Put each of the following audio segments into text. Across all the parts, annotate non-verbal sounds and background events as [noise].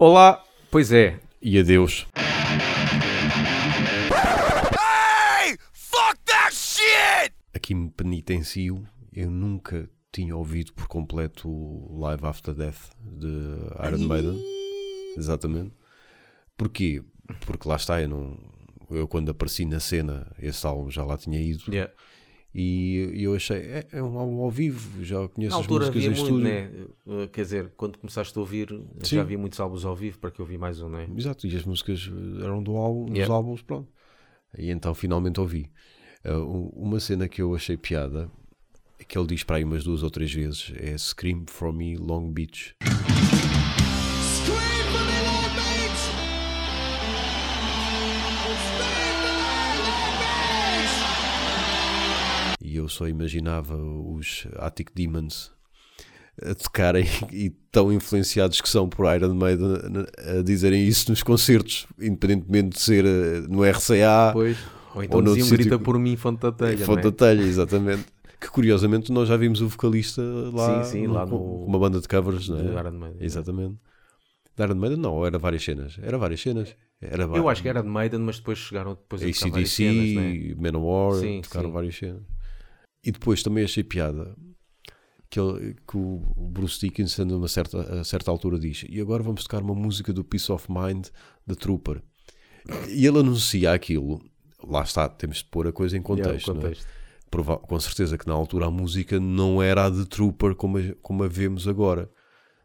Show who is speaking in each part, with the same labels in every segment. Speaker 1: Olá, pois é, e adeus.
Speaker 2: Hey! Fuck that shit!
Speaker 3: aqui me penitencio, eu nunca tinha ouvido por completo o Live After Death de Iron Maiden. Exatamente. Porquê? Porque lá está, eu não. Eu quando apareci na cena, esse álbum já lá tinha ido
Speaker 1: Yeah.
Speaker 3: e eu achei, é, é um álbum ao vivo, já conheço
Speaker 1: Na
Speaker 3: as
Speaker 1: altura havia
Speaker 3: músicas em
Speaker 1: muito,
Speaker 3: estúdio.
Speaker 1: né? Uh, Quer dizer, quando começaste a ouvir,
Speaker 3: Sim.
Speaker 1: já havia muitos álbuns ao vivo, para que eu vi mais um, não é?
Speaker 3: Exato, e as músicas eh, eram do álbum,
Speaker 1: Yeah.
Speaker 3: dos álbuns, pronto. E então finalmente ouvi. Ah, u- uma cena que eu achei piada, que ele diz para aí umas duas ou três vezes, é Scream for me Long Beach.
Speaker 2: Scream for me, Lord Bates! Scream for me, Lord Bates!
Speaker 3: E eu só imaginava os Attic Demons a tocarem [laughs] e tão influenciados que são por Iron Maiden a- a dizerem isso nos concertos, independentemente de ser eh, no RCA
Speaker 1: Pois. Ou então
Speaker 3: Ou noutro
Speaker 1: diziam grita
Speaker 3: sítio-
Speaker 1: por mim, Fantatanha.
Speaker 3: Fonte da telha, exatamente. Que curiosamente nós já vimos o vocalista lá,
Speaker 1: Sim, sim,
Speaker 3: num-
Speaker 1: lá
Speaker 3: com
Speaker 1: no-
Speaker 3: uma banda de covers, não é?
Speaker 1: De Iron Maiden.
Speaker 3: Exatamente. Da Iron Maiden não, ou era várias cenas. Era várias cenas. Era
Speaker 1: Eu acho que era de Maiden, mas depois chegaram depois a tocar várias
Speaker 3: ACDC,
Speaker 1: cenas, não é?
Speaker 3: Manowar,
Speaker 1: Sim,
Speaker 3: tocaram
Speaker 1: sim.
Speaker 3: várias cenas. E depois também achei piada que, ele- que o Bruce Dickinson a uma certa, a certa altura diz e agora vamos tocar uma música do Peace of Mind da Trooper. E ele anuncia aquilo, lá está, temos de pôr a coisa em
Speaker 1: Yeah, o
Speaker 3: contexto, não é?
Speaker 1: contexto. né?
Speaker 3: Prova- com certeza que na altura a música não era a de Trooper como a, como a vemos agora,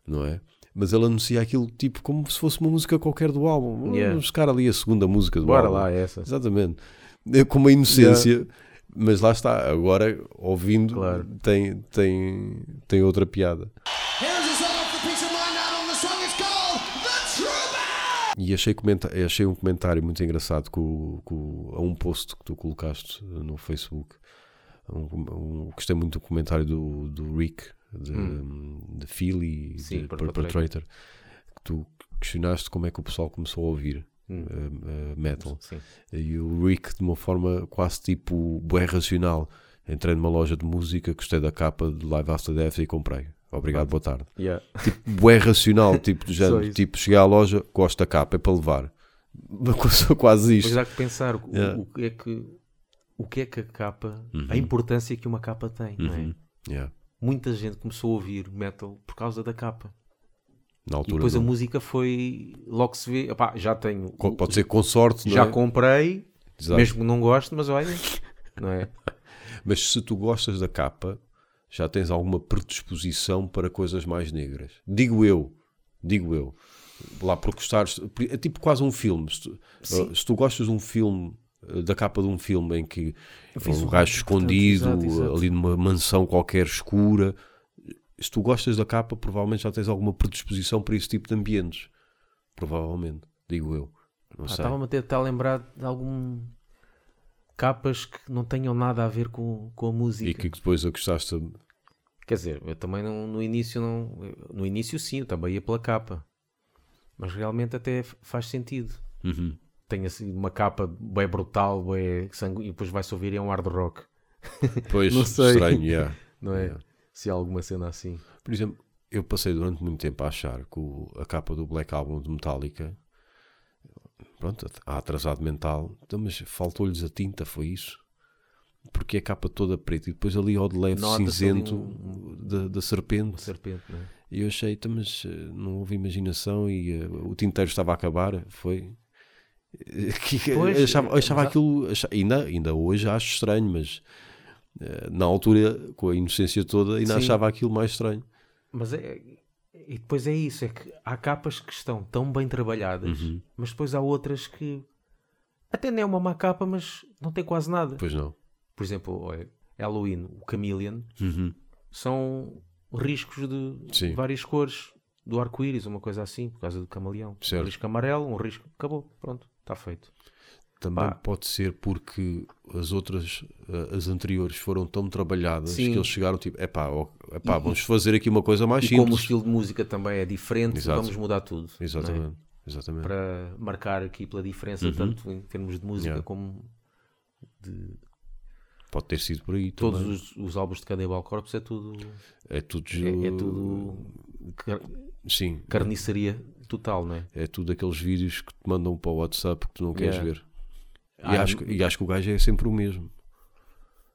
Speaker 3: não é? Mas ele anuncia aquilo tipo como se fosse uma música qualquer do álbum. Vamos
Speaker 1: Yeah.
Speaker 3: buscar ali a segunda música do
Speaker 1: Bora
Speaker 3: álbum.
Speaker 1: lá, é essa.
Speaker 3: Exatamente. É Com uma inocência. Mas lá está, agora ouvindo
Speaker 1: Claro.
Speaker 3: tem, tem, tem outra piada.
Speaker 2: Here's a song for peace of mind out on the song is called The Trooper!
Speaker 3: E achei, comenta achei um comentário muito engraçado com, com, a um post que tu colocaste eh, no Facebook. Um, um, gostei muito do comentário do, do Rick, de, hum, de Philly,
Speaker 1: Hum. Sim,
Speaker 3: de
Speaker 1: Perpetrator.
Speaker 3: Perpetrator, que tu questionaste como é que o pessoal começou a ouvir
Speaker 1: Hum.
Speaker 3: eh, eh, metal.
Speaker 1: Sim.
Speaker 3: E o Rick, de uma forma quase tipo bué racional, entrei numa loja de música, gostei da capa de Live After Death e comprei. Obrigado, boa tarde
Speaker 1: Yeah. [laughs]
Speaker 3: bué racional, tipo do
Speaker 1: Só
Speaker 3: género,
Speaker 1: isso.
Speaker 3: tipo, cheguei à loja, gosto da capa, é para levar. [laughs] Uma coisa quase
Speaker 1: Mas
Speaker 3: isto.
Speaker 1: há que pensar o,
Speaker 3: Yeah.
Speaker 1: o que é que o que é que a capa, a importância que uma capa tem, não é?
Speaker 3: Yeah.
Speaker 1: Muita gente começou a ouvir metal por causa da capa. E
Speaker 3: Na altura,
Speaker 1: depois um a
Speaker 3: não.
Speaker 1: música foi logo se vê, "Epá, já tenho,
Speaker 3: Co- pode ser com sorte, não
Speaker 1: já
Speaker 3: é?
Speaker 1: comprei,
Speaker 3: Exato.
Speaker 1: mesmo que não goste, mas
Speaker 3: [laughs]
Speaker 1: olha, não é?
Speaker 3: Mas se tu gostas da capa, já tens alguma predisposição para coisas mais negras. Digo eu, digo eu. Lá por gostares, é tipo quase um filme. Se tu, se tu gostas de um filme, eh, da capa de um filme em que é um
Speaker 1: Visual,
Speaker 3: gajo
Speaker 1: portanto,
Speaker 3: escondido,
Speaker 1: exato, exato.
Speaker 3: ali numa mansão qualquer escura, se tu gostas da capa, provavelmente já tens alguma predisposição para esse tipo de ambientes. Provavelmente, digo eu. Não
Speaker 1: Pá,
Speaker 3: sei.
Speaker 1: Estava-me até até a lembrar de algum capas que não tenham nada a ver com, com a música.
Speaker 3: E que depois
Speaker 1: [laughs]
Speaker 3: a gostaste.
Speaker 1: Quer dizer, eu também não, no início não. No início sim, eu também ia pela capa. Mas realmente até f- faz sentido.
Speaker 3: Uhum.
Speaker 1: Tem assim uma capa bem brutal, bem sangue, e depois vai-se ouvir e é um hard rock,
Speaker 3: Pois,
Speaker 1: Não sei.
Speaker 3: estranho, yeah.
Speaker 1: não é? Se há alguma cena assim.
Speaker 3: Por exemplo, eu passei durante muito tempo a achar que o- a capa do Black Album de Metallica, pronto, há atrasado mental, então, mas faltou-lhes a tinta, foi isso? Porque a capa toda preta e depois ali ao de leve
Speaker 1: Nota-se
Speaker 3: cinzento
Speaker 1: ali um-
Speaker 3: da, da
Speaker 1: Uma
Speaker 3: serpente.
Speaker 1: serpente, não é?
Speaker 3: E eu achei, então, mas eh, não houve imaginação e eh, o tinteiro estava a acabar, foi. [laughs] Eh, que-
Speaker 1: Pois,
Speaker 3: achava
Speaker 1: eh,
Speaker 3: achava
Speaker 1: mas há-
Speaker 3: aquilo, acha- ainda, ainda hoje acho estranho, mas eh, na altura, com a inocência toda, ainda
Speaker 1: Sim.
Speaker 3: achava aquilo mais estranho.
Speaker 1: Mas é. E depois é isso, é que há capas que estão tão bem trabalhadas, mas depois há outras que. Até nem é uma má capa, mas não tem quase nada.
Speaker 3: Pois não.
Speaker 1: por exemplo, olha, Halloween, o Chameleon, são riscos de
Speaker 3: Sim.
Speaker 1: várias cores do arco-íris, uma coisa assim, por causa do camaleão.
Speaker 3: Certo.
Speaker 1: Um risco amarelo, um risco, acabou, pronto, está feito.
Speaker 3: Também
Speaker 1: Pá.
Speaker 3: pode ser porque as outras, eh, as anteriores foram tão trabalhadas
Speaker 1: Sim.
Speaker 3: que eles chegaram tipo, epá, ó, epá vamos fazer aqui uma coisa mais
Speaker 1: E
Speaker 3: simples.
Speaker 1: como o estilo de música também é diferente,
Speaker 3: Exato.
Speaker 1: vamos mudar tudo. não é?
Speaker 3: Exatamente, exatamente.
Speaker 1: Para marcar aqui pela diferença, tanto em termos de música
Speaker 3: Yeah.
Speaker 1: como
Speaker 3: Pode ter sido por aí
Speaker 1: todos
Speaker 3: também.
Speaker 1: os, os álbuns de Cannibal Corpse, é tudo,
Speaker 3: É tudo...
Speaker 1: é, é tudo car-
Speaker 3: Sim,
Speaker 1: carniceria total, não é?
Speaker 3: É tudo aqueles vídeos que te mandam para o WhatsApp que tu não queres
Speaker 1: Yeah.
Speaker 3: ver. E,
Speaker 1: Ah,
Speaker 3: acho, que- e acho que o gajo é sempre o mesmo.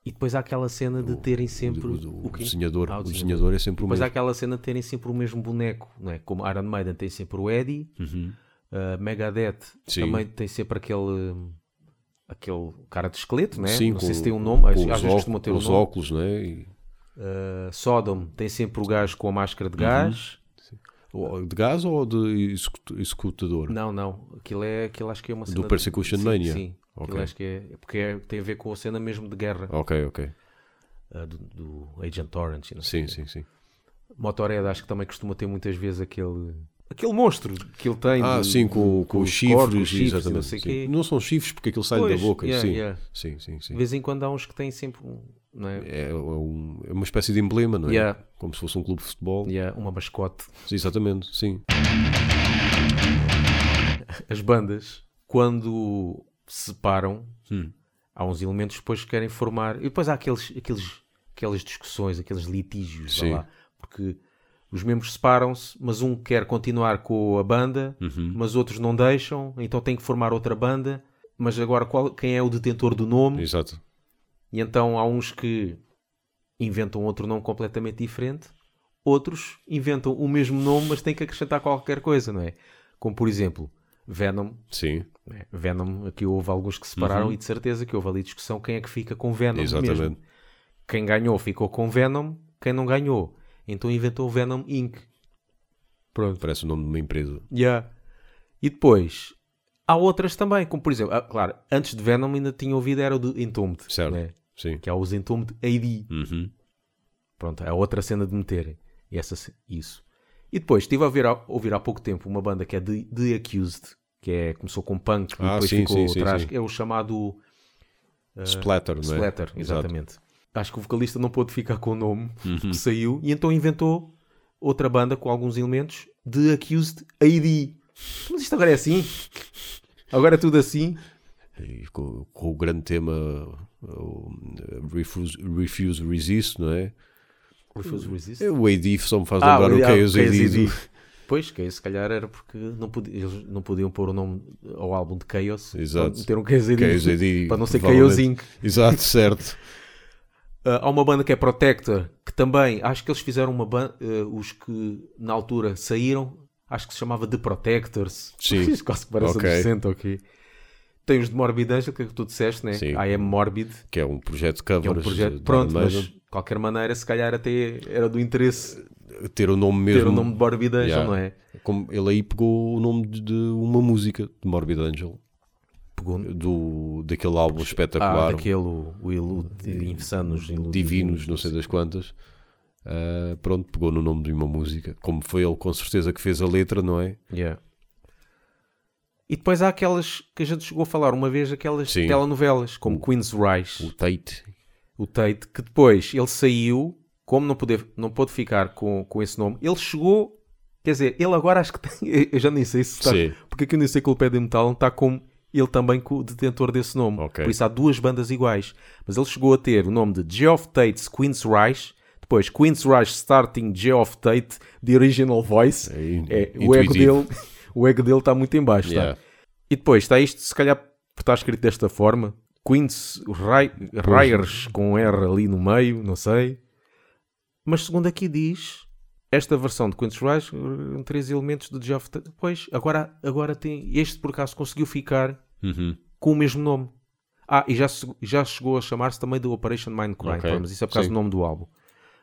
Speaker 1: E depois há aquela cena de terem sempre
Speaker 3: O,
Speaker 1: o,
Speaker 3: o- o
Speaker 1: quê?
Speaker 3: desenhador,
Speaker 1: Ah,
Speaker 3: o desenhador é sempre o
Speaker 1: Depois
Speaker 3: mesmo.
Speaker 1: há aquela cena de terem sempre o mesmo boneco, não é? Como Iron Maiden tem sempre o Eddie, uh, Megadeth
Speaker 3: Uhum. Sim.
Speaker 1: também tem sempre aquele aquele cara de esqueleto, não é?
Speaker 3: Sim,
Speaker 1: não
Speaker 3: com-
Speaker 1: sei se tem um nome, às, às
Speaker 3: com os
Speaker 1: vezes
Speaker 3: óculos-
Speaker 1: costumam ter
Speaker 3: com
Speaker 1: um
Speaker 3: os
Speaker 1: nome.
Speaker 3: óculos, né? E-
Speaker 1: Uh, Sodom tem sempre o gajo com a máscara de
Speaker 3: Uhum.
Speaker 1: gás.
Speaker 3: ou- de gás ou de execu- executador?
Speaker 1: Não, não, aquilo é aquilo acho que é uma cena de-
Speaker 3: Persecution
Speaker 1: sim,
Speaker 3: Mania?
Speaker 1: Sim, aquilo
Speaker 3: Ok.
Speaker 1: acho que é é porque é- tem a ver com a cena mesmo de guerra
Speaker 3: Ok, ok.
Speaker 1: uh, do, do Agent Orange. e Não sei
Speaker 3: Sim,
Speaker 1: o quê.
Speaker 3: sim, sim.
Speaker 1: Motorhead acho que também costuma ter muitas vezes aquele aquele monstro que ele tem.
Speaker 3: Ah,
Speaker 1: tipo de-
Speaker 3: sim, com, com os
Speaker 1: os
Speaker 3: chifres,
Speaker 1: corvos, os chifres e
Speaker 3: exatamente.
Speaker 1: não sei
Speaker 3: sim.
Speaker 1: quê.
Speaker 3: Não são chifres porque aquilo sai da
Speaker 1: Pois,
Speaker 3: boca.
Speaker 1: yeah,
Speaker 3: sim.
Speaker 1: yeah.
Speaker 3: sim, sim, sim.
Speaker 1: De vez em quando há uns que têm sempre um, não é?
Speaker 3: É, um- é uma espécie de emblema, não é?
Speaker 1: Yeah.
Speaker 3: Como se fosse um clube de futebol.
Speaker 1: E há uma mascote.
Speaker 3: Sim, exatamente, sim.
Speaker 1: As bandas, quando se separam, há uns elementos que depois querem formar. E depois há aqueles, aqueles, aquelas discussões, aqueles litígios. vá
Speaker 3: Sim.
Speaker 1: Lá, porque os membros separam-se, mas um quer continuar com a banda, mas outros não deixam, então tem que formar outra banda. Mas agora qual, quem é o detentor do nome?
Speaker 3: Exato.
Speaker 1: E então há uns que inventam outro nome completamente diferente, outros inventam o mesmo nome, mas têm que acrescentar qualquer coisa, não é? Como por exemplo, Venom.
Speaker 3: Sim,
Speaker 1: não é? Venom, aqui houve alguns que se separaram e de certeza que houve ali discussão quem é que fica com Venom.
Speaker 3: Uhum. exatamente.
Speaker 1: Mesmo. Quem ganhou ficou com Venom, quem não ganhou, então inventou Venom Inc. Pronto.
Speaker 3: Parece o nome de uma empresa.
Speaker 1: Yeah. E depois há outras também, como por exemplo, ah, claro, antes de Venom ainda tinha ouvido era o do Entombed,
Speaker 3: Certo.
Speaker 1: né?
Speaker 3: Sim.
Speaker 1: que é o Entombed ID. Pronto, é outra cena de meterem. E Essa, ce- isso. E depois estive a ouvir, há- ouvir há pouco tempo uma banda que é The, The Accused, que é, começou com punk, e
Speaker 3: Ah,
Speaker 1: depois
Speaker 3: sim,
Speaker 1: ficou
Speaker 3: sim, sim,
Speaker 1: atrás,
Speaker 3: sim.
Speaker 1: é o chamado
Speaker 3: Splatter, não é?
Speaker 1: Splatter,
Speaker 3: Exato. Uhum.
Speaker 1: exatamente. Acho que o vocalista não pôde ficar com o nome que saiu e então inventou outra banda com alguns elementos The Accused AD. Mas isto agora é assim? Agora é tudo assim?
Speaker 3: E com, com o grande tema o, eh, refuse, refuse Resist, não é?
Speaker 1: Refuse Resist?
Speaker 3: É, O AD só me faz
Speaker 1: Ah,
Speaker 3: lembrar o é
Speaker 1: ah,
Speaker 3: Chaos AD.
Speaker 1: Chaos
Speaker 3: do-
Speaker 1: AD. Pois, que aí se calhar era porque não podi- eles não podiam pôr o nome ao álbum de Chaos.
Speaker 3: Exato.
Speaker 1: Para Ter um Chaos AD.
Speaker 3: Chaos AD,
Speaker 1: para não ser
Speaker 3: provavelmente.
Speaker 1: Chaos Inc.
Speaker 3: [laughs] Exato, certo.
Speaker 1: Ah, há uma banda que é Protector, que também, acho que eles fizeram uma banda, os que na altura saíram, acho que se chamava The Protectors. [laughs]
Speaker 3: Sim.
Speaker 1: Isto quase que parece
Speaker 3: Ok.
Speaker 1: adolescente, ok. Tem os de Morbid Angel, que é o que tu disseste, né?
Speaker 3: Sim.
Speaker 1: I Am Morbid.
Speaker 3: Que é um projeto de
Speaker 1: que É um
Speaker 3: covers.
Speaker 1: projeto,
Speaker 3: de
Speaker 1: pronto,
Speaker 3: Iron
Speaker 1: mas
Speaker 3: Maiden.
Speaker 1: de qualquer maneira, se calhar até era do interesse
Speaker 3: Ter o nome mesmo.
Speaker 1: ter o nome de Morbid Angel,
Speaker 3: Yeah.
Speaker 1: não é?
Speaker 3: Como ele aí pegou o nome de, de uma música de Morbid Angel,
Speaker 1: Pegou
Speaker 3: do, daquele álbum
Speaker 1: ah,
Speaker 3: espetacular,
Speaker 1: daquele, o, o Ilu- Insanos, Ilu-
Speaker 3: Divinos, não sei das quantas. Ah, pronto, pegou no nome de uma música. Como foi ele com certeza que fez a letra, não é?
Speaker 1: Yeah. E depois há aquelas que a gente chegou a falar uma vez, aquelas
Speaker 3: Sim.
Speaker 1: telenovelas, como Queen's Rise.
Speaker 3: O Tate.
Speaker 1: o Tate, que depois ele saiu, como não, poder, não pôde ficar com, com esse nome, ele chegou, quer dizer, ele agora acho que tem, [laughs] eu já nem sei se está,
Speaker 3: Sim.
Speaker 1: porque aqui no Enciclopédia Metal está como ele também com o detentor desse nome,
Speaker 3: Ok.
Speaker 1: por isso há duas bandas iguais, mas ele chegou a ter o nome de Geoff Tate's Queen's Rush, depois Queen's Rush Starting Geoff Tate, The Original Voice,
Speaker 3: É in-
Speaker 1: É, o ego
Speaker 3: intuitivo.
Speaker 1: dele... [laughs] O ego dele está muito em baixo, tá?
Speaker 3: Yeah.
Speaker 1: E depois está isto, se calhar por estar escrito desta forma, Queens Ry- Ryers com R ali no meio, não sei. Mas segundo aqui diz, esta versão de Queens Ryers eh, três elementos do Geoff. Ta- Pois, agora, agora tem. Este por acaso conseguiu ficar
Speaker 3: Uhum.
Speaker 1: com o mesmo nome. Ah, e já, se- já chegou a chamar-se também do Operation Mindcrime,
Speaker 3: Ok,
Speaker 1: Pá, mas isso é por causa
Speaker 3: sim.
Speaker 1: do nome do álbum.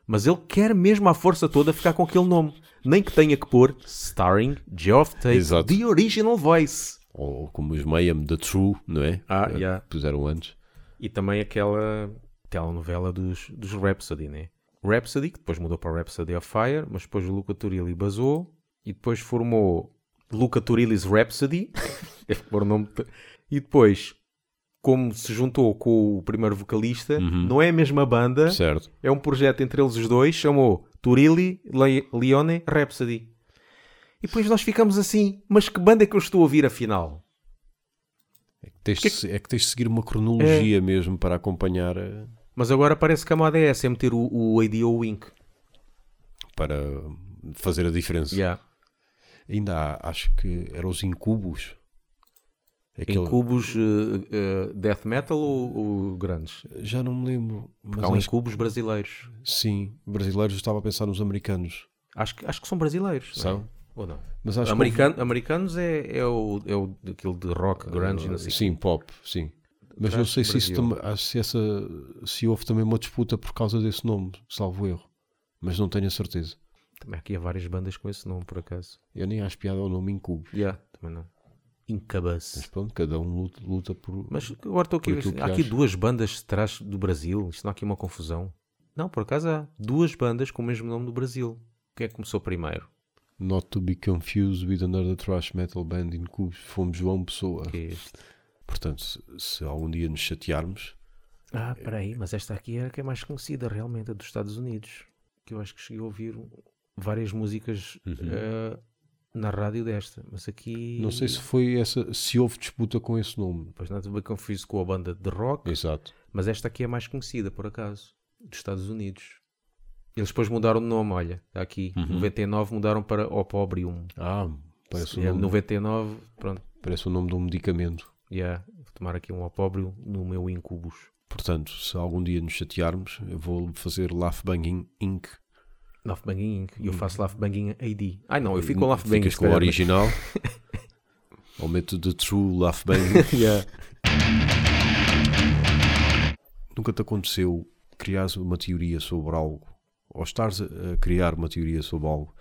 Speaker 1: Mas ele quer mesmo à força toda ficar com aquele nome. Nem que tenha que pôr Starring Geoff Tate,
Speaker 3: Exato.
Speaker 1: The Original Voice.
Speaker 3: Ou como os Mayhem, The True, não é?
Speaker 1: Ah,
Speaker 3: Eh,
Speaker 1: yeah.
Speaker 3: Puseram antes.
Speaker 1: E também aquela telenovela dos, dos Rhapsody, né? Rhapsody, que depois mudou para Rhapsody of Fire, mas depois o Luca Turilli basou e depois formou Luca Turilli's Rhapsody, [laughs] é que pôr o nome de- e depois, como se juntou com o primeiro vocalista, não é a mesma banda,
Speaker 3: Certo.
Speaker 1: é um projeto entre eles os dois, chamou Turilli Le- Leone Rhapsody. E depois nós ficamos assim, mas que banda é que eu estou a ouvir afinal?
Speaker 3: Tens de se- é que tens de seguir uma
Speaker 1: É.
Speaker 3: cronologia mesmo para acompanhar, eh,
Speaker 1: Mas agora parece que a moda é essa, é meter o, o AD ou o Wink.
Speaker 3: para fazer a diferença.
Speaker 1: Yeah.
Speaker 3: Ainda há, acho que eram os incubos.
Speaker 1: Em cubos eh, eh, death metal ou, ou grandes?
Speaker 3: Já não me lembro. Mas
Speaker 1: Há um em
Speaker 3: acho
Speaker 1: cubos brasileiros.
Speaker 3: que sim, brasileiros, eu estava a pensar nos americanos.
Speaker 1: Acho que, acho que são brasileiros. não é?
Speaker 3: São.
Speaker 1: Ou não?
Speaker 3: Mas acho que
Speaker 1: American- Americanos é, é, o, é o aquele de
Speaker 3: Ah,
Speaker 1: rock, grunge, não sei o quê.
Speaker 3: Sim, pop, sim. Mas não
Speaker 1: Trás
Speaker 3: sei
Speaker 1: do
Speaker 3: se, isso
Speaker 1: Brasil.
Speaker 3: também- se, essa, se houve também uma disputa por causa desse nome, salvo erro. Mas não tenho a certeza.
Speaker 1: Também aqui há várias bandas com esse nome, por acaso.
Speaker 3: Eu nem acho piada ao nome Incubo.
Speaker 1: Yeah. Também não. Incubus.
Speaker 3: Mas pronto, cada um luta, luta por.
Speaker 1: Mas agora estou aqui. a ver
Speaker 3: Por aquilo
Speaker 1: se-
Speaker 3: que
Speaker 1: Há aqui
Speaker 3: acho.
Speaker 1: duas bandas de trás do Brasil. Isto não há aqui uma confusão. Não, por acaso há duas bandas com o mesmo nome do Brasil. Quem é que começou primeiro?
Speaker 3: Not to be confused with another thrash metal band Incubos. Fomos João Pessoa.
Speaker 1: Que é este?
Speaker 3: Portanto, se, se algum dia nos chatearmos,
Speaker 1: Ah,
Speaker 3: Eh,
Speaker 1: peraí, mas esta aqui é a que é mais conhecida realmente, a dos Estados Unidos. Que eu acho que cheguei a ouvir várias músicas eh, na rádio desta. Mas aqui.
Speaker 3: Uhum. não sei se foi essa. Se houve disputa com esse nome.
Speaker 1: Pois não, estive bem confuso com a banda de rock.
Speaker 3: Exato.
Speaker 1: Mas esta aqui é mais conhecida, por acaso, dos Estados Unidos. Eles depois mudaram de nome, olha, está aqui.
Speaker 3: Uhum.
Speaker 1: 99 mudaram para Opobrium.
Speaker 3: Ah, parece, o
Speaker 1: É,
Speaker 3: nome,
Speaker 1: 99, pronto,
Speaker 3: parece o nome de um medicamento.
Speaker 1: yeah, vou tomar aqui um Opobrium no meu Incubus.
Speaker 3: Portanto, se algum dia nos chatearmos, eu vou fazer Laughbanging Inc.
Speaker 1: Love Banging Inc. E eu faço Love Banging AD. Ai não, eu fico com Love Banging.
Speaker 3: Uhum. Ficas
Speaker 1: [laughs]
Speaker 3: com o original. Ou meto The True Laughbanging.
Speaker 1: [laughs]
Speaker 3: Nunca te aconteceu criares uma teoria sobre algo, ou estares a a criar uma teoria sobre algo,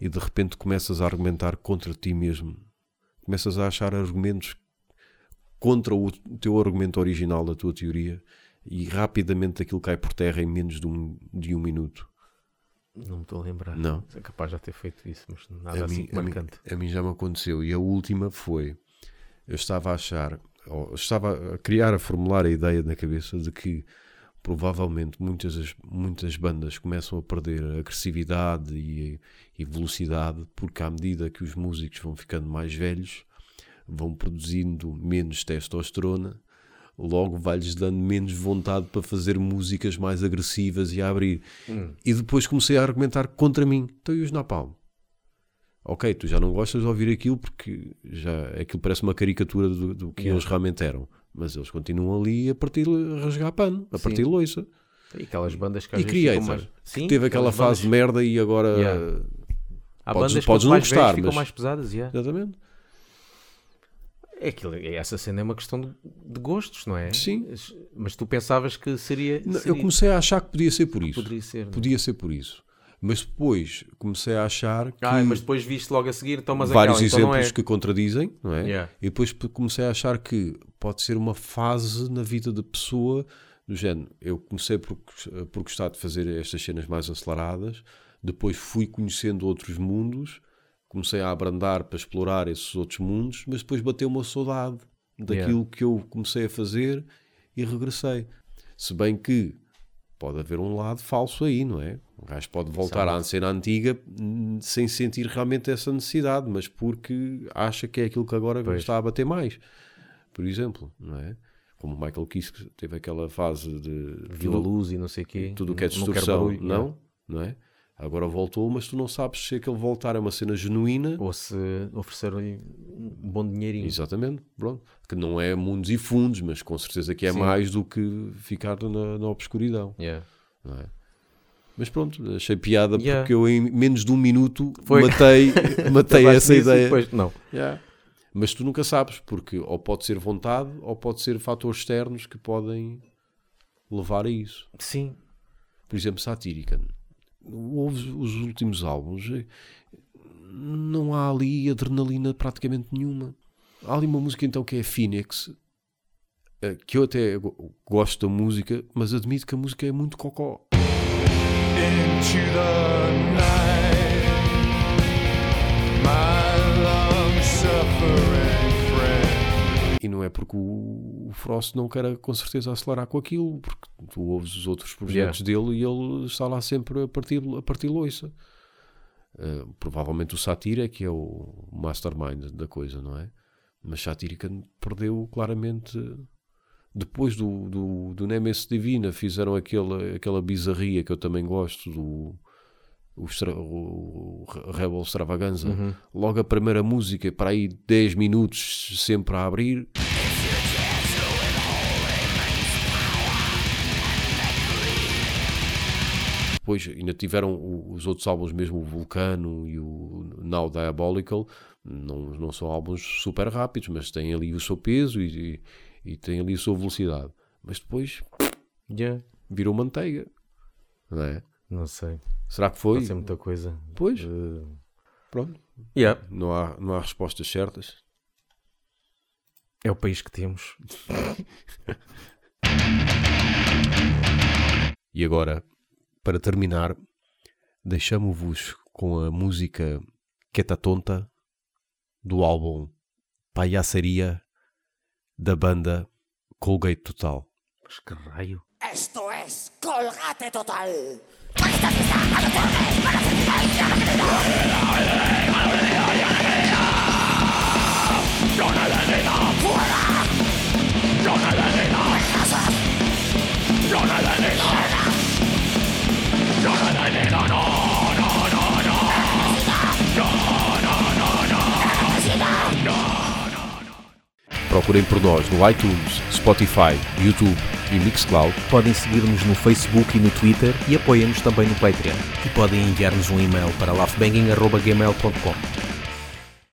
Speaker 3: e de repente começas a argumentar contra ti mesmo. Começas a achar argumentos contra o teu argumento original da tua teoria e rapidamente aquilo cai por terra em menos de um, de um minuto.
Speaker 1: Não me estou a lembrar.
Speaker 3: Não.
Speaker 1: É capaz de já ter feito isso, mas nada
Speaker 3: a
Speaker 1: assim
Speaker 3: mim, a, mim,
Speaker 1: marcante.
Speaker 3: a mim já me aconteceu. E a última foi: eu estava a achar, ou estava a criar, a formular a ideia na cabeça de que provavelmente muitas, das- muitas bandas começam a perder a agressividade e, e velocidade, porque à medida que os músicos vão ficando mais velhos, vão produzindo menos testosterona. Logo vai-lhes dando menos vontade para fazer músicas mais agressivas e a abrir.
Speaker 1: Hum.
Speaker 3: E depois comecei a argumentar contra mim. Então e os Napalm? ok, tu já não gostas de ouvir aquilo porque já aquilo parece uma caricatura do, do que eles realmente eram. Mas eles continuam ali a partir a rasgar pano, a partir loiça.
Speaker 1: E aquelas bandas que às
Speaker 3: E
Speaker 1: vezes ficam
Speaker 3: Creator,
Speaker 1: mais...
Speaker 3: que teve aquela
Speaker 1: aquelas bandas-
Speaker 3: fase de merda e agora.
Speaker 1: Yeah. Há
Speaker 3: podes-
Speaker 1: bandas que quanto
Speaker 3: podes não
Speaker 1: mais velhas
Speaker 3: gostar,
Speaker 1: ficam
Speaker 3: mas-
Speaker 1: mais pesadas, yeah.
Speaker 3: Exatamente.
Speaker 1: É aquilo, essa cena é uma questão de, de gostos, não é?
Speaker 3: Sim.
Speaker 1: Mas tu pensavas que seria.
Speaker 3: Não,
Speaker 1: seria-
Speaker 3: Eu comecei a achar que podia ser por isso.
Speaker 1: Poderia ser. não é?
Speaker 3: Podia ser por isso. Mas depois comecei a achar que
Speaker 1: Ai, Ah, mas depois viste logo a seguir, tomas
Speaker 3: vários
Speaker 1: aquela, então não
Speaker 3: exemplos
Speaker 1: é.
Speaker 3: que contradizem, não é?
Speaker 1: Yeah.
Speaker 3: E depois p- comecei a achar que pode ser uma fase na vida da pessoa do género. Eu comecei por, eh, por gostar de fazer estas cenas mais aceleradas, depois fui conhecendo outros mundos, comecei a abrandar para explorar esses outros mundos, mas depois bateu uma saudade daquilo que eu comecei a fazer e regressei. Se bem que pode haver um lado falso aí, não é? O gajo pode voltar à cena antiga hum, sem sentir realmente essa necessidade, mas porque acha que é aquilo que agora está a bater mais. Por exemplo, não é? Como o Michael Kiss que teve aquela fase de
Speaker 1: Viu a luz e não sei o quê.
Speaker 3: tudo o que é
Speaker 1: não quero
Speaker 3: distorção,
Speaker 1: barulho,
Speaker 3: não, não é? Agora voltou, mas tu não sabes se aquele voltar é uma cena genuína.
Speaker 1: Ou se ofereceram-lhe um bom dinheirinho.
Speaker 3: Exatamente, pronto. Que não é mundos e fundos, mas com certeza que é mais do que ficar na, na obscuridão.
Speaker 1: Yeah.
Speaker 3: não é? Mas pronto, achei piada
Speaker 1: Yeah.
Speaker 3: porque eu em menos de um minuto
Speaker 1: Foi. [laughs]
Speaker 3: matei, matei
Speaker 1: Acabaste nisso
Speaker 3: essa
Speaker 1: e
Speaker 3: ideia.
Speaker 1: depois- não.
Speaker 3: Yeah. Mas tu nunca sabes, porque ou pode ser vontade ou pode ser fatores externos que podem levar a isso.
Speaker 1: Sim.
Speaker 3: Por exemplo, Satírica. Ouves os últimos álbuns, eh, não há ali adrenalina praticamente nenhuma. Há ali uma música então que é Phoenix, eh, que eu até go- gosto da música, mas admito que a música é muito cocó.
Speaker 4: into the night. My long suffering friend.
Speaker 3: E não é porque o o Frost não queira com certeza acelerar com aquilo, porque tu ouves os outros projetos dele e ele está lá sempre a partir, a partir loiça. Ah, provavelmente o Satira é que é o mastermind da coisa, não é? Mas Satírica perdeu claramente. Depois do, do, do Nemesis Divina fizeram aquela, aquela bizarria que eu também gosto do o, extra- o- o Rebel Extravaganza, logo a primeira música, para aí 10 minutos sempre a abrir. Depois ainda tiveram o- os outros álbuns, mesmo o Vulcano e o Now Diabolical, não, não são álbuns super rápidos, mas têm ali o seu peso e, e, e têm ali a sua velocidade. Mas depois
Speaker 1: Yeah.
Speaker 3: virou manteiga, não é?
Speaker 1: Não sei.
Speaker 3: Será que foi?
Speaker 1: Pode ser muita coisa.
Speaker 3: Pois,
Speaker 1: Uh,
Speaker 3: pronto.
Speaker 1: yeah.
Speaker 3: Não há, não há respostas certas.
Speaker 1: É o país que temos.
Speaker 3: E agora, para terminar, deixamo-vos com a música Queta Tonta do álbum Palhaçaria da banda Colgate Total.
Speaker 1: Mas que raio.
Speaker 5: Esto es Colgate Total.
Speaker 3: Procurem por nós no iTunes, Spotify, YouTube e Mixcloud.
Speaker 6: Podem seguir-nos no Facebook e no Twitter e apoiem-nos também no Patreon. E podem enviar-nos um e-mail para laughbanging.gmail.com